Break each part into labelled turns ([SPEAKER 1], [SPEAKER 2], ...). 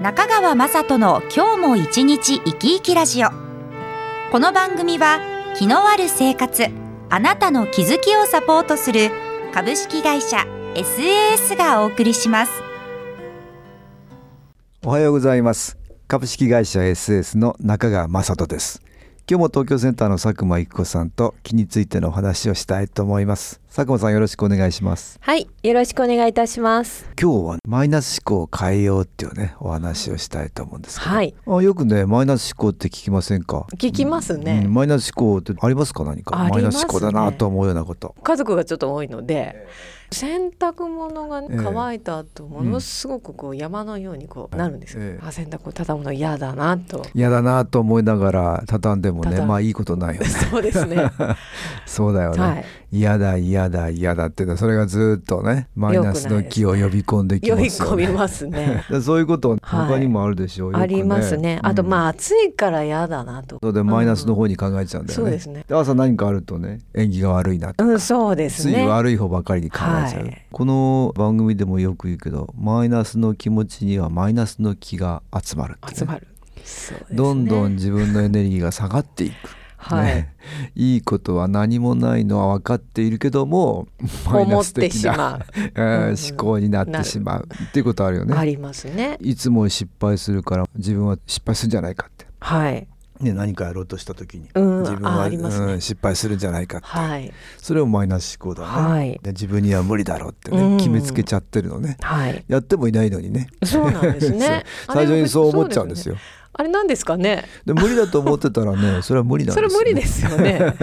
[SPEAKER 1] 中川雅人の今日も一日生き生きラジオこの番組は気のある生活あなたの気づきをサポートする株式会社 SAS がお送りします
[SPEAKER 2] おはようございます株式会社 SS の中川雅人です今日も東京センターの佐久間一子さんと気についてのお話をしたいと思います佐久間さんよろしくお願いします
[SPEAKER 3] はい、よろしくお願いいたします。
[SPEAKER 2] 今日はマイナス思考を変えようっていうねお話をしたいと思うんですけど、
[SPEAKER 3] はい、
[SPEAKER 2] あよくねマイナス思考って聞きませんか
[SPEAKER 3] 聞きますね。
[SPEAKER 2] うんマイナス思考ってありますか何か、
[SPEAKER 3] あります
[SPEAKER 2] マ
[SPEAKER 3] ね
[SPEAKER 2] イナス思考だなと思うようなこと
[SPEAKER 3] 家族がちょっと多いので、洗濯物が
[SPEAKER 2] ええ
[SPEAKER 3] 乾いた後、ものすごくこう山のようにこうなるんですよ。
[SPEAKER 2] ええ
[SPEAKER 3] あ、洗濯を畳むの嫌だなと。
[SPEAKER 2] 嫌だなと思いながら畳んでもね
[SPEAKER 3] 畳む
[SPEAKER 2] まあいいことないよ ね
[SPEAKER 3] そうで すね。
[SPEAKER 2] そうだよね、
[SPEAKER 3] はい
[SPEAKER 2] 嫌だ嫌だ嫌だってねそれがずっとねマイナスの気を呼び込んでき
[SPEAKER 3] 酔
[SPEAKER 2] ま
[SPEAKER 3] い
[SPEAKER 2] すよ
[SPEAKER 3] 込み
[SPEAKER 2] ね
[SPEAKER 3] ま すね。
[SPEAKER 2] でそういうこと
[SPEAKER 3] はい
[SPEAKER 2] 他にもあるでしょう、よく
[SPEAKER 3] ありますね。あと
[SPEAKER 2] うん
[SPEAKER 3] まあ暑いから嫌だなと。
[SPEAKER 2] そうでマイナスの方に考えちゃうんだよね、
[SPEAKER 3] そうですね
[SPEAKER 2] 朝何かあるとね縁起が悪いなと
[SPEAKER 3] うん、そうです
[SPEAKER 2] つい
[SPEAKER 3] ね。
[SPEAKER 2] 悪い方ばかりに考えちゃう、
[SPEAKER 3] はい
[SPEAKER 2] この番組でもよく言うけどマイナスの気持ちにはマイナスの気が集まるってね、
[SPEAKER 3] 集まる。そうですね
[SPEAKER 2] どんどん。自分のエネルギーが下がっていく、
[SPEAKER 3] はい。
[SPEAKER 2] ね いいことは何もないのは分かっているけどもマイ
[SPEAKER 3] 思
[SPEAKER 2] ナ
[SPEAKER 3] っ
[SPEAKER 2] ス
[SPEAKER 3] て
[SPEAKER 2] 的
[SPEAKER 3] し
[SPEAKER 2] な
[SPEAKER 3] ま
[SPEAKER 2] えー思考になってしまうっていうことあるよ
[SPEAKER 3] う。あ
[SPEAKER 2] ね。
[SPEAKER 3] りますね。
[SPEAKER 2] いつも失敗するから自分は失敗するんじゃないかって、
[SPEAKER 3] はい。
[SPEAKER 2] ね、何かやろうとした時に
[SPEAKER 3] うん
[SPEAKER 2] 自分
[SPEAKER 3] あ
[SPEAKER 2] は、
[SPEAKER 3] ありますね
[SPEAKER 2] うん失敗するんじゃないかって
[SPEAKER 3] はい。
[SPEAKER 2] それをマイナス思考だね、
[SPEAKER 3] はい
[SPEAKER 2] で自分には無理だろうってね、
[SPEAKER 3] うん
[SPEAKER 2] 決めつけちゃってるのね
[SPEAKER 3] はい。
[SPEAKER 2] やってもいないのにね
[SPEAKER 3] そうなんで すね。
[SPEAKER 2] そう最初にそう思っちゃうんです
[SPEAKER 3] よ。
[SPEAKER 2] よ
[SPEAKER 3] あれなんですかね。
[SPEAKER 2] で無理だと思ってたら ねそれは無理なん
[SPEAKER 3] そ
[SPEAKER 2] です
[SPEAKER 3] れ
[SPEAKER 2] よ、
[SPEAKER 3] 無理ですよね。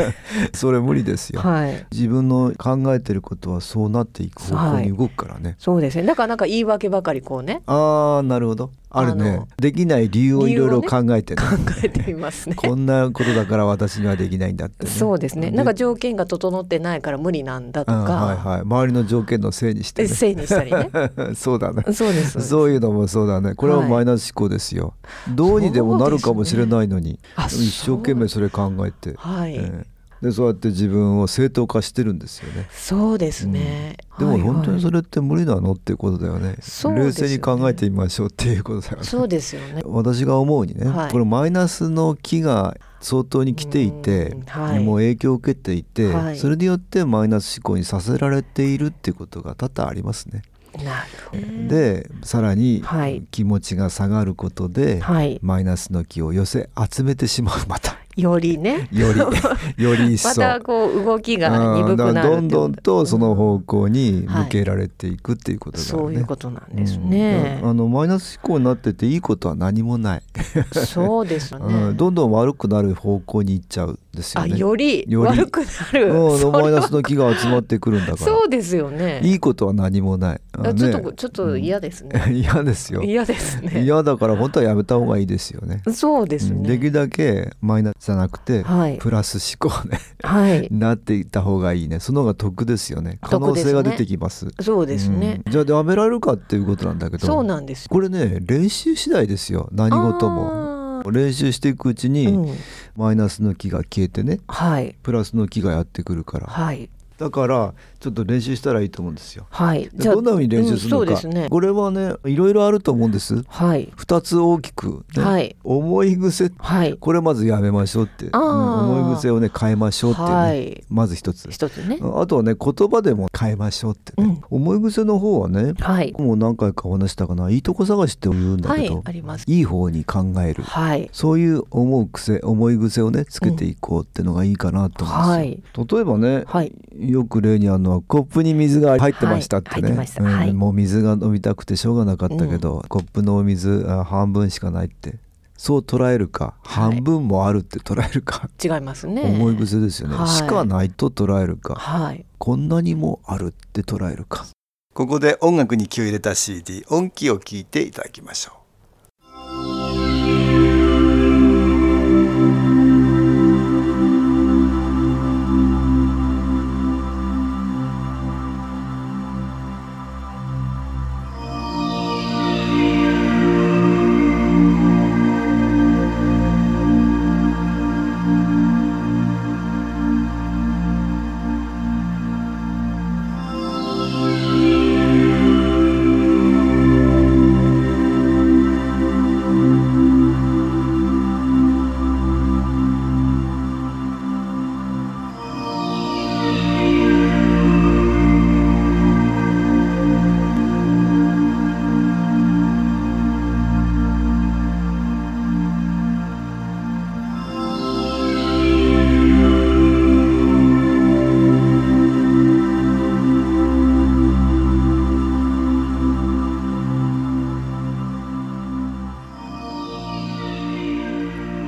[SPEAKER 2] す それ無理ですよ、
[SPEAKER 3] はい。
[SPEAKER 2] 自分の考えてることはそうなっていく方向に動くからね、
[SPEAKER 3] そうですね。だからなんか言い訳ばかりこうね
[SPEAKER 2] あーなるほどある
[SPEAKER 3] あ
[SPEAKER 2] ね
[SPEAKER 3] の
[SPEAKER 2] できない理由をいろいろ
[SPEAKER 3] 理由
[SPEAKER 2] 考
[SPEAKER 3] を
[SPEAKER 2] えてね
[SPEAKER 3] 考えていますね。
[SPEAKER 2] こんなことだから私にはできないんだってね
[SPEAKER 3] そうですね。なんか条件が整ってないから無理なんだと
[SPEAKER 2] う
[SPEAKER 3] か、
[SPEAKER 2] んはいはい、周りの条件のせいにして、
[SPEAKER 3] え
[SPEAKER 2] ね、
[SPEAKER 3] せいにしたりね。
[SPEAKER 2] そうだね
[SPEAKER 3] そうです。そうです
[SPEAKER 2] そういうのもそうだねこれはマイナス思考ですよ、どうにでもなるかもしれないのに、
[SPEAKER 3] そうですねあ
[SPEAKER 2] 一生懸命それ考えて、
[SPEAKER 3] はい
[SPEAKER 2] ええでそうやって自分を正当化してるんですよね
[SPEAKER 3] そうですね。
[SPEAKER 2] でも
[SPEAKER 3] はいはい
[SPEAKER 2] 本当にそれって無理なのっていうことだよね,、
[SPEAKER 3] そうですよね
[SPEAKER 2] 冷静に考えてみましょうっていうことだよね
[SPEAKER 3] そうですよね。
[SPEAKER 2] 私が思うにね、
[SPEAKER 3] はい
[SPEAKER 2] このマイナスの気が相当に来ていて
[SPEAKER 3] うん、はい
[SPEAKER 2] もう影響を受けていて、
[SPEAKER 3] はい
[SPEAKER 2] それによってマイナス思考にさせられているっていうことが多々ありますね。
[SPEAKER 3] なるほど。
[SPEAKER 2] でさらに
[SPEAKER 3] はい
[SPEAKER 2] 気持ちが下がることで、
[SPEAKER 3] はい
[SPEAKER 2] マイナスの気を寄せ集めてしまう また
[SPEAKER 3] よりね。
[SPEAKER 2] よりより一
[SPEAKER 3] ま
[SPEAKER 2] 層。
[SPEAKER 3] たこう動きが
[SPEAKER 2] うん
[SPEAKER 3] 鈍
[SPEAKER 2] だから
[SPEAKER 3] くなるって
[SPEAKER 2] ど
[SPEAKER 3] こと。
[SPEAKER 2] んどんとその方向に
[SPEAKER 3] はい
[SPEAKER 2] 向けられていくっていうことだよね。
[SPEAKER 3] そういうことなん
[SPEAKER 2] うん
[SPEAKER 3] ですね。
[SPEAKER 2] あのマイナス思考になってていいことは何もない。
[SPEAKER 3] そうですよ
[SPEAKER 2] う
[SPEAKER 3] ね
[SPEAKER 2] ん。どんどん悪くなる方向に行っちゃうんですよ
[SPEAKER 3] あ
[SPEAKER 2] ね。
[SPEAKER 3] より
[SPEAKER 2] より
[SPEAKER 3] 悪くなる。
[SPEAKER 2] うん
[SPEAKER 3] それは
[SPEAKER 2] マイナスの気が集まってくるんだから。
[SPEAKER 3] そうですよね。
[SPEAKER 2] いいことは何もない。うん
[SPEAKER 3] あちょっと、
[SPEAKER 2] ね
[SPEAKER 3] ちょっと嫌ですね。
[SPEAKER 2] 嫌ですよ。
[SPEAKER 3] 嫌ですね。
[SPEAKER 2] 嫌だから本当はやめた方がいいですよね。
[SPEAKER 3] そうです
[SPEAKER 2] うんでき
[SPEAKER 3] ね。
[SPEAKER 2] るだけマイナスじゃなくて、
[SPEAKER 3] はい
[SPEAKER 2] プラス思考 ね
[SPEAKER 3] はい。
[SPEAKER 2] なっていった方がいいねその方が得ですよね可能
[SPEAKER 3] 得です
[SPEAKER 2] 性
[SPEAKER 3] ね
[SPEAKER 2] が出てきます
[SPEAKER 3] そうですね。
[SPEAKER 2] うんじゃあやめられるかっていうことなんだけど
[SPEAKER 3] そうなんです。
[SPEAKER 2] これね練習次第ですよ何事も
[SPEAKER 3] あー。
[SPEAKER 2] 練習していくうちに、
[SPEAKER 3] うん
[SPEAKER 2] マイナスの気が消えてね
[SPEAKER 3] はい
[SPEAKER 2] プラスの気がやってくるから
[SPEAKER 3] はい
[SPEAKER 2] だからちょっと練習したらいいと思うんですよ
[SPEAKER 3] はい。
[SPEAKER 2] でどんな風に練習するのか、
[SPEAKER 3] うんそうですね。
[SPEAKER 2] これはねいろいろあると思うんです
[SPEAKER 3] はい
[SPEAKER 2] 二つ大きく、ね
[SPEAKER 3] はい
[SPEAKER 2] 思い癖
[SPEAKER 3] はい
[SPEAKER 2] これまずやめましょうって、うん
[SPEAKER 3] あー
[SPEAKER 2] 思い癖をね変えましょうっていうね、
[SPEAKER 3] はい
[SPEAKER 2] まず一つ
[SPEAKER 3] 一つね。
[SPEAKER 2] あとはね言葉でも変えましょうってね、思い癖の方はね
[SPEAKER 3] はい
[SPEAKER 2] もう何回かお話したかないいとこ探しって言うんだ
[SPEAKER 3] は
[SPEAKER 2] け
[SPEAKER 3] い
[SPEAKER 2] ど、
[SPEAKER 3] あります。
[SPEAKER 2] い、い方に考える
[SPEAKER 3] はい
[SPEAKER 2] そういう思う癖思い癖をねつけていこうってのがいいかなと思うんですよ、例えばね、
[SPEAKER 3] はい
[SPEAKER 2] よく例にあるのはコップに水が入ってましたって
[SPEAKER 3] はい入
[SPEAKER 2] ね、
[SPEAKER 3] ってましたはい
[SPEAKER 2] うんもう水が飲みたくてしょうがなかったけど、コップのお水あ半分しかないってそう捉えるか
[SPEAKER 3] はい
[SPEAKER 2] 半分もあるって捉えるか、
[SPEAKER 3] 違いますね。
[SPEAKER 2] 思い癖ですよね、
[SPEAKER 3] はい
[SPEAKER 2] しかないと捉えるか
[SPEAKER 3] はい
[SPEAKER 2] こんなにもあるって捉えるかここで音楽に気を入れた CD 音気を聞いていただきましょう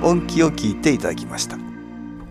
[SPEAKER 4] 音気を聞いていただきました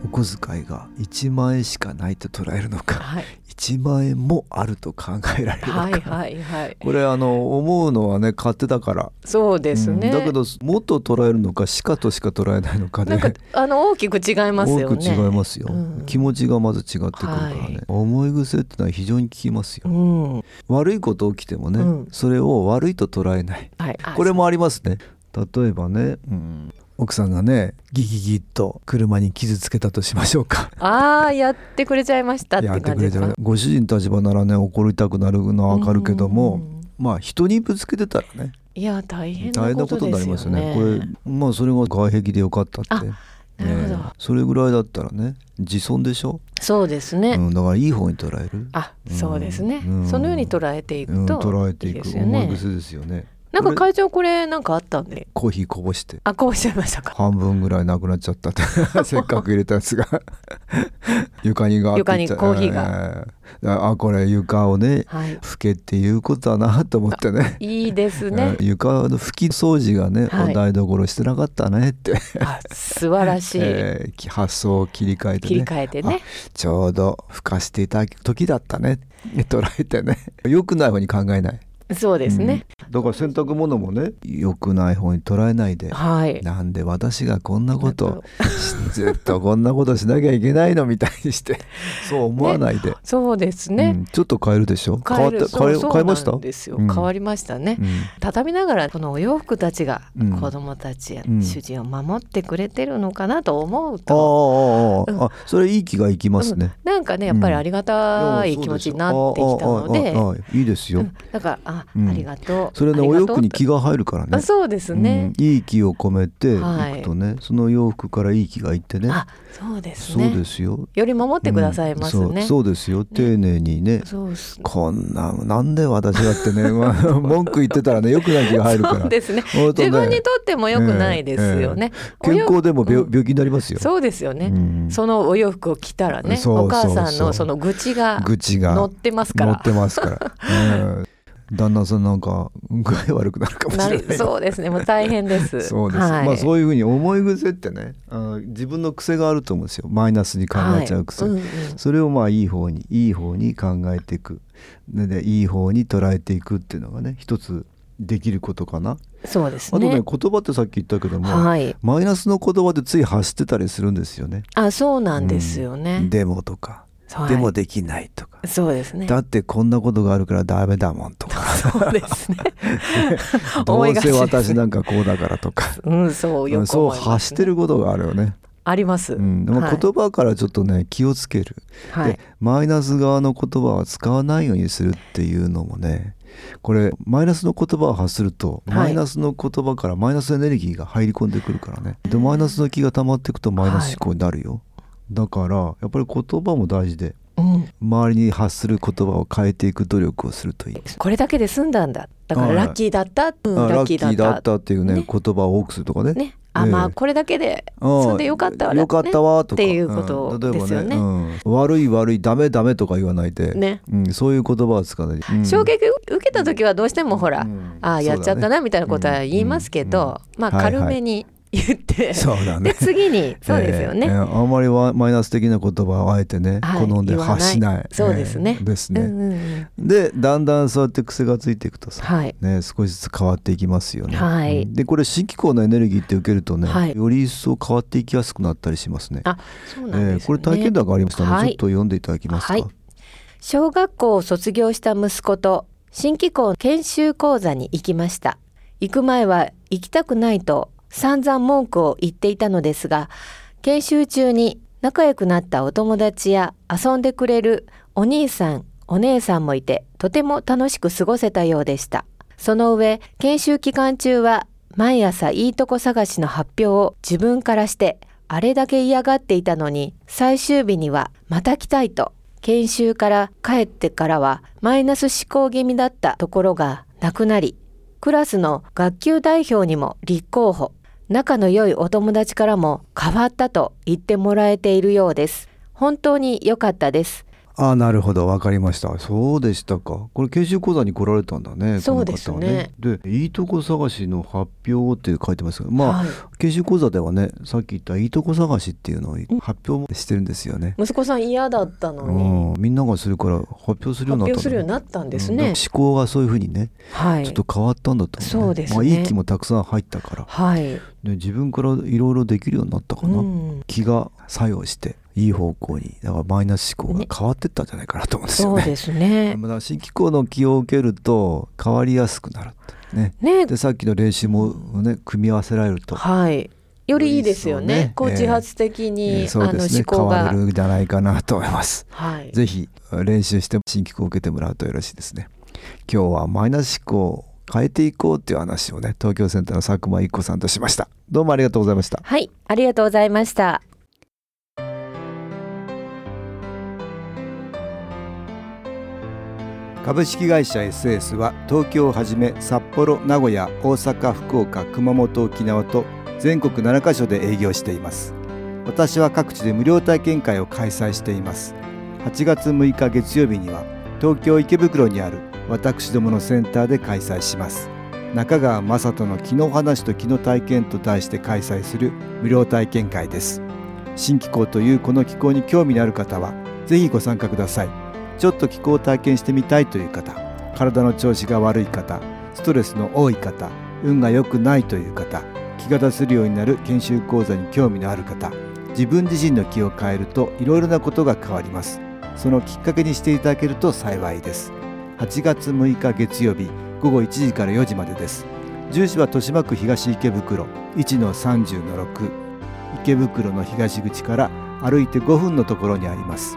[SPEAKER 2] お小遣いが1万円しかないと捉えるのか
[SPEAKER 3] はい
[SPEAKER 2] 1万円もあると考えられるのか、
[SPEAKER 3] はいはいはい。
[SPEAKER 2] これあの思うのはね勝手だから
[SPEAKER 3] そうですね。
[SPEAKER 2] うんだけどもっと捉えるのかしかとしか捉えないのかで
[SPEAKER 3] なんかあの大きく違います
[SPEAKER 2] 多
[SPEAKER 3] よ
[SPEAKER 2] く
[SPEAKER 3] ね。
[SPEAKER 2] 違いますよ、
[SPEAKER 3] うん
[SPEAKER 2] 気持ちがまず違ってくるからね、
[SPEAKER 3] はい
[SPEAKER 2] 思い癖ってのは非常に効きますよ、
[SPEAKER 3] うん。は
[SPEAKER 2] 悪いこと起きてもね、
[SPEAKER 3] うん
[SPEAKER 2] それを悪いと捉えない
[SPEAKER 3] い。あ
[SPEAKER 2] これもありますね例えばね、うん奥さんがねギギギッと車に傷つけたとしましょうか
[SPEAKER 3] ああやってくれちゃいましたって
[SPEAKER 2] やって
[SPEAKER 3] 感
[SPEAKER 2] く
[SPEAKER 3] じ
[SPEAKER 2] れ
[SPEAKER 3] で
[SPEAKER 2] て
[SPEAKER 3] す
[SPEAKER 2] る
[SPEAKER 3] か。
[SPEAKER 2] ご主人の立場ならね怒りたくなるのはわかるけども、
[SPEAKER 3] うん
[SPEAKER 2] まあ人にぶつけてたらね
[SPEAKER 3] いや大変
[SPEAKER 2] 大
[SPEAKER 3] な
[SPEAKER 2] 変な
[SPEAKER 3] こ
[SPEAKER 2] こととに
[SPEAKER 3] で
[SPEAKER 2] な
[SPEAKER 3] す
[SPEAKER 2] り
[SPEAKER 3] よ
[SPEAKER 2] ますよ
[SPEAKER 3] ね
[SPEAKER 2] ね。これまあそれが外壁でよかったって
[SPEAKER 3] あなるほど、
[SPEAKER 2] ねそれぐらいだったらね自尊でしょ、
[SPEAKER 3] そうですね。
[SPEAKER 2] うん、だからいい方に捉える
[SPEAKER 3] あそうですね、
[SPEAKER 2] うん
[SPEAKER 3] そのように捉えてい
[SPEAKER 2] うん
[SPEAKER 3] くと、
[SPEAKER 2] 捉えてい
[SPEAKER 3] い
[SPEAKER 2] く
[SPEAKER 3] ですよ
[SPEAKER 2] 思い
[SPEAKER 3] ね。
[SPEAKER 2] 癖ですよね
[SPEAKER 3] なんか
[SPEAKER 2] これ
[SPEAKER 3] 会長これなんかあったんで。
[SPEAKER 2] コーヒーこぼして
[SPEAKER 3] あこうおっしゃいましたか。
[SPEAKER 2] 半分ぐらいなくなっちゃった ってせっかく入れたやつが床にが
[SPEAKER 3] 床にコーヒー
[SPEAKER 2] があこれ床をね
[SPEAKER 3] はい。
[SPEAKER 2] 拭けっていうことだなと思ってね。
[SPEAKER 3] いいですね
[SPEAKER 2] 床の拭き掃除がね、
[SPEAKER 3] はい
[SPEAKER 2] お台所してなかったねって、
[SPEAKER 3] あ素晴らしい。
[SPEAKER 2] えーき発想を切り替えて
[SPEAKER 3] 切り
[SPEAKER 2] ね
[SPEAKER 3] 替えてね。
[SPEAKER 2] ちょうどふかしていただく時だったね捉えてね良くない方に考えない
[SPEAKER 3] そうですね。
[SPEAKER 2] だから洗濯物もね良くない方に捉えないで
[SPEAKER 3] はい。
[SPEAKER 2] なんで私がこんなことしずっとこんなことしなきゃいけないのみたいに してそう思わないで、
[SPEAKER 3] そうですね。
[SPEAKER 2] うんちょっと変えるでしょ
[SPEAKER 3] 変える
[SPEAKER 2] わった
[SPEAKER 3] そう
[SPEAKER 2] 変え
[SPEAKER 3] そう
[SPEAKER 2] 変えました
[SPEAKER 3] なんですよ、
[SPEAKER 2] うん
[SPEAKER 3] 変わりましたね、
[SPEAKER 2] うん
[SPEAKER 3] 畳みながらこのお洋服たちが
[SPEAKER 2] うん
[SPEAKER 3] 子供たちや
[SPEAKER 2] うん
[SPEAKER 3] 主人を守ってくれてるのかなと思う
[SPEAKER 2] あ
[SPEAKER 3] と、
[SPEAKER 2] あああああそれいい気がいきますね、
[SPEAKER 3] なんかねやっぱりありがたい
[SPEAKER 2] や
[SPEAKER 3] 気持ちになってきたので、
[SPEAKER 2] ああああああいいですよ、
[SPEAKER 3] うんだからあ、
[SPEAKER 2] うん
[SPEAKER 3] ありがとう
[SPEAKER 2] それね
[SPEAKER 3] あり
[SPEAKER 2] お
[SPEAKER 3] がと
[SPEAKER 2] 洋
[SPEAKER 3] う
[SPEAKER 2] 服に気が入るからね
[SPEAKER 3] あそうですね、
[SPEAKER 2] うんいい気を込めてい
[SPEAKER 3] はい
[SPEAKER 2] くとね、その洋服からいい気がいってね
[SPEAKER 3] あそうです
[SPEAKER 2] そう
[SPEAKER 3] ね
[SPEAKER 2] ですよ
[SPEAKER 3] より守ってくださいますね、
[SPEAKER 2] うんそうそうですよ丁寧にね
[SPEAKER 3] そうす
[SPEAKER 2] こんななんで私だってね、 まあ、文句言ってたらねよくない気が入るから
[SPEAKER 3] そうですね
[SPEAKER 2] ほんとね
[SPEAKER 3] 自分にとっても良くないですよね、お
[SPEAKER 2] 健
[SPEAKER 3] 洋服
[SPEAKER 2] 康でも病,、
[SPEAKER 3] うん
[SPEAKER 2] 病気になりますよ
[SPEAKER 3] そうですよね、
[SPEAKER 2] うん
[SPEAKER 3] そのお洋服を着たらね
[SPEAKER 2] そう
[SPEAKER 3] お母さん
[SPEAKER 2] そうそ
[SPEAKER 3] の
[SPEAKER 2] う
[SPEAKER 3] その愚痴が
[SPEAKER 2] 愚痴が
[SPEAKER 3] 乗ってますから
[SPEAKER 2] 乗ってますから、うん旦那さんなんか具合悪くなるかもし
[SPEAKER 3] な
[SPEAKER 2] れ
[SPEAKER 3] る
[SPEAKER 2] ない
[SPEAKER 3] そうですねもう大変です
[SPEAKER 2] そうです、
[SPEAKER 3] はい、
[SPEAKER 2] まあそういうふうに思い癖ってねあの自分の癖があると思うんですよマイナスに考えちゃう癖、
[SPEAKER 3] はいんん
[SPEAKER 2] それをまあいい方にいい方に考えていくででいい方に捉えていくっていうのがね一つできることかな、
[SPEAKER 3] そうです
[SPEAKER 2] あとね
[SPEAKER 3] ね
[SPEAKER 2] 言葉ってさっき言ったけども、
[SPEAKER 3] はい
[SPEAKER 2] マイナスの言葉でつい発してたりするんですよね。
[SPEAKER 3] あそうなんですよね、
[SPEAKER 2] でもとか、
[SPEAKER 3] はい
[SPEAKER 2] でもできないとか、
[SPEAKER 3] そうですね
[SPEAKER 2] だってこんなことがあるからダメだもんとか
[SPEAKER 3] そうですね
[SPEAKER 2] ど
[SPEAKER 3] 思いうがち
[SPEAKER 2] せ
[SPEAKER 3] です
[SPEAKER 2] 私なんかこうだからとか。
[SPEAKER 3] うんそうよく思います、ね、
[SPEAKER 2] そう発してることがあるよね、
[SPEAKER 3] あります、
[SPEAKER 2] うんま
[SPEAKER 3] は
[SPEAKER 2] あ、
[SPEAKER 3] い
[SPEAKER 2] 言葉からちょっとね気をつける、
[SPEAKER 3] はい
[SPEAKER 2] でマイナス側の言葉は使わないようにするっていうのもねこれマイナスの言葉を発すると、
[SPEAKER 3] はい
[SPEAKER 2] マイナスの言葉からマイナスエネルギーが入り込んでくるからねでマイナスの気が溜まっていくとマイナス思考になるよ、だからやっぱり言葉も大事で
[SPEAKER 3] うん、
[SPEAKER 2] 周りに発する言葉を変えていく努力をするといい。
[SPEAKER 3] これだけで済んだんだだから
[SPEAKER 2] はい
[SPEAKER 3] ラッキーだった、うん
[SPEAKER 2] あ
[SPEAKER 3] ラッキーだった
[SPEAKER 2] っていうね
[SPEAKER 3] ね
[SPEAKER 2] 言葉を多くするとかね
[SPEAKER 3] ねあ、
[SPEAKER 2] ええ
[SPEAKER 3] まあこれだけで
[SPEAKER 2] うん
[SPEAKER 3] そんでよかったわ
[SPEAKER 2] よかったわとか
[SPEAKER 3] ねっていうこと
[SPEAKER 2] ん例えば
[SPEAKER 3] ですよね
[SPEAKER 2] うん悪い悪いダメダメとか言わないで、
[SPEAKER 3] ね
[SPEAKER 2] うん、そういう言葉を使わないで、うん
[SPEAKER 3] 衝撃受けた時はどうしてもほら、
[SPEAKER 2] うん
[SPEAKER 3] ああやっちゃっ
[SPEAKER 2] そ
[SPEAKER 3] た
[SPEAKER 2] うだ
[SPEAKER 3] なみたいなことは言いますけど、
[SPEAKER 2] うん
[SPEAKER 3] まあ
[SPEAKER 2] はいはい
[SPEAKER 3] 軽めに言って、
[SPEAKER 2] そうだね
[SPEAKER 3] で 次にそうですよね、
[SPEAKER 2] ええええあんまりわマイナス的な言葉をあえてね、
[SPEAKER 3] はい
[SPEAKER 2] 好んで
[SPEAKER 3] 言わない
[SPEAKER 2] 発しない
[SPEAKER 3] そうですね
[SPEAKER 2] ええですね、
[SPEAKER 3] うんうんうん
[SPEAKER 2] でだんだんそうやって癖がついていくとさ、
[SPEAKER 3] はい
[SPEAKER 2] ね、少しずつ変わっていきますよね、
[SPEAKER 3] はい
[SPEAKER 2] うんでこれ新機構のエネルギーって受けるとね、
[SPEAKER 3] はい
[SPEAKER 2] より一層変わっていきやすくなったりしますね
[SPEAKER 3] あそうなんですね、
[SPEAKER 2] ええこれ体験談がありましたので、
[SPEAKER 3] はい
[SPEAKER 2] ちょっと読んでいただきますか、
[SPEAKER 3] はい小学校を卒業した息子と新機構研修講座に行きました行く前は行きたくないと散々文句を言っていたのですが研修中に仲良くなったお友達や遊んでくれるお兄さんお姉さんもいてとても楽しく過ごせたようでしたその上研修期間中は毎朝いいとこ探しの発表を自分からしてあれだけ嫌がっていたのに最終日にはまた来たいと研修から帰ってからはマイナス思考気味だったところがなくなりクラスの学級代表にも立候補仲の良いお友達からも変わったと言ってもらえているようです本当に良かったです
[SPEAKER 5] ああなるほどわかりましたそうでしたかこれ研修講座に来られたんだね
[SPEAKER 3] そうですね
[SPEAKER 5] この方はねで「いいとこ探しの発表」って書いてますけどまあ、
[SPEAKER 3] はい
[SPEAKER 5] 研修講座ではねさっき言った「いいとこ探し」っていうのを発表もしてるんですよね、
[SPEAKER 3] 息子さん嫌だったのに
[SPEAKER 5] うんみんながするから発表するようになったんだ
[SPEAKER 3] 発表するようになったんです
[SPEAKER 5] うん
[SPEAKER 3] ね
[SPEAKER 5] だから思考がそういうふうにね、
[SPEAKER 3] はい
[SPEAKER 5] ちょっと変わったんだと思
[SPEAKER 3] そうですね
[SPEAKER 5] まあ、いい気もたくさん入ったから
[SPEAKER 3] はい、
[SPEAKER 5] で自分からいろいろできるようになったか
[SPEAKER 3] う
[SPEAKER 5] な、
[SPEAKER 3] ん、
[SPEAKER 5] 気が作用していい方向にだからマイナス思考が変わってったんじゃないかなと思うんですよ
[SPEAKER 3] そう
[SPEAKER 5] ね。
[SPEAKER 3] ですね
[SPEAKER 5] まあだから新機構の気を受けると変わりやすくなるってね。
[SPEAKER 3] ね
[SPEAKER 5] でさっきの練習もね組み合わせられると、
[SPEAKER 3] はいよりいいですよね
[SPEAKER 5] よりいいですよね
[SPEAKER 3] こう
[SPEAKER 5] ええ
[SPEAKER 3] 自発的に、
[SPEAKER 5] えーそう
[SPEAKER 3] あ
[SPEAKER 5] で
[SPEAKER 3] の
[SPEAKER 5] す
[SPEAKER 3] 思
[SPEAKER 5] ね変
[SPEAKER 3] 考
[SPEAKER 5] わ
[SPEAKER 3] が
[SPEAKER 5] れるんじゃないかなと思います。
[SPEAKER 3] はい
[SPEAKER 5] ぜひ練習して新機構を受けてもらうとよろしいですね。今日はマイナス思考を変えていこうっていう話をね東京センターの佐久間一子さんとしました。どうもありがとうございました。
[SPEAKER 3] はいありがとうございました
[SPEAKER 2] 株式会社 SS は東京をはじめ札幌名古屋大阪福岡熊本沖縄と全国7カ所で営業しています私は各地で無料体験会を開催しています8月6日月曜日には東京池袋にある私どものセンターで開催します中川雅人の気の話と気の体験と題して開催する無料体験会です新機構というこの機構に興味のある方はぜひご参加くださいちょっと気候を体験してみたいという方体の調子が悪い方ストレスの多い方運が良くないという方気が出せるようになる研修講座に興味のある方自分自身の気を変えるといろいろなことが変わりますそのきっかけにしていただけると幸いです8月6日月曜日午後1時から4時までです住所は豊島区東池袋1-30-6池袋の東口から歩いて5分のところにあります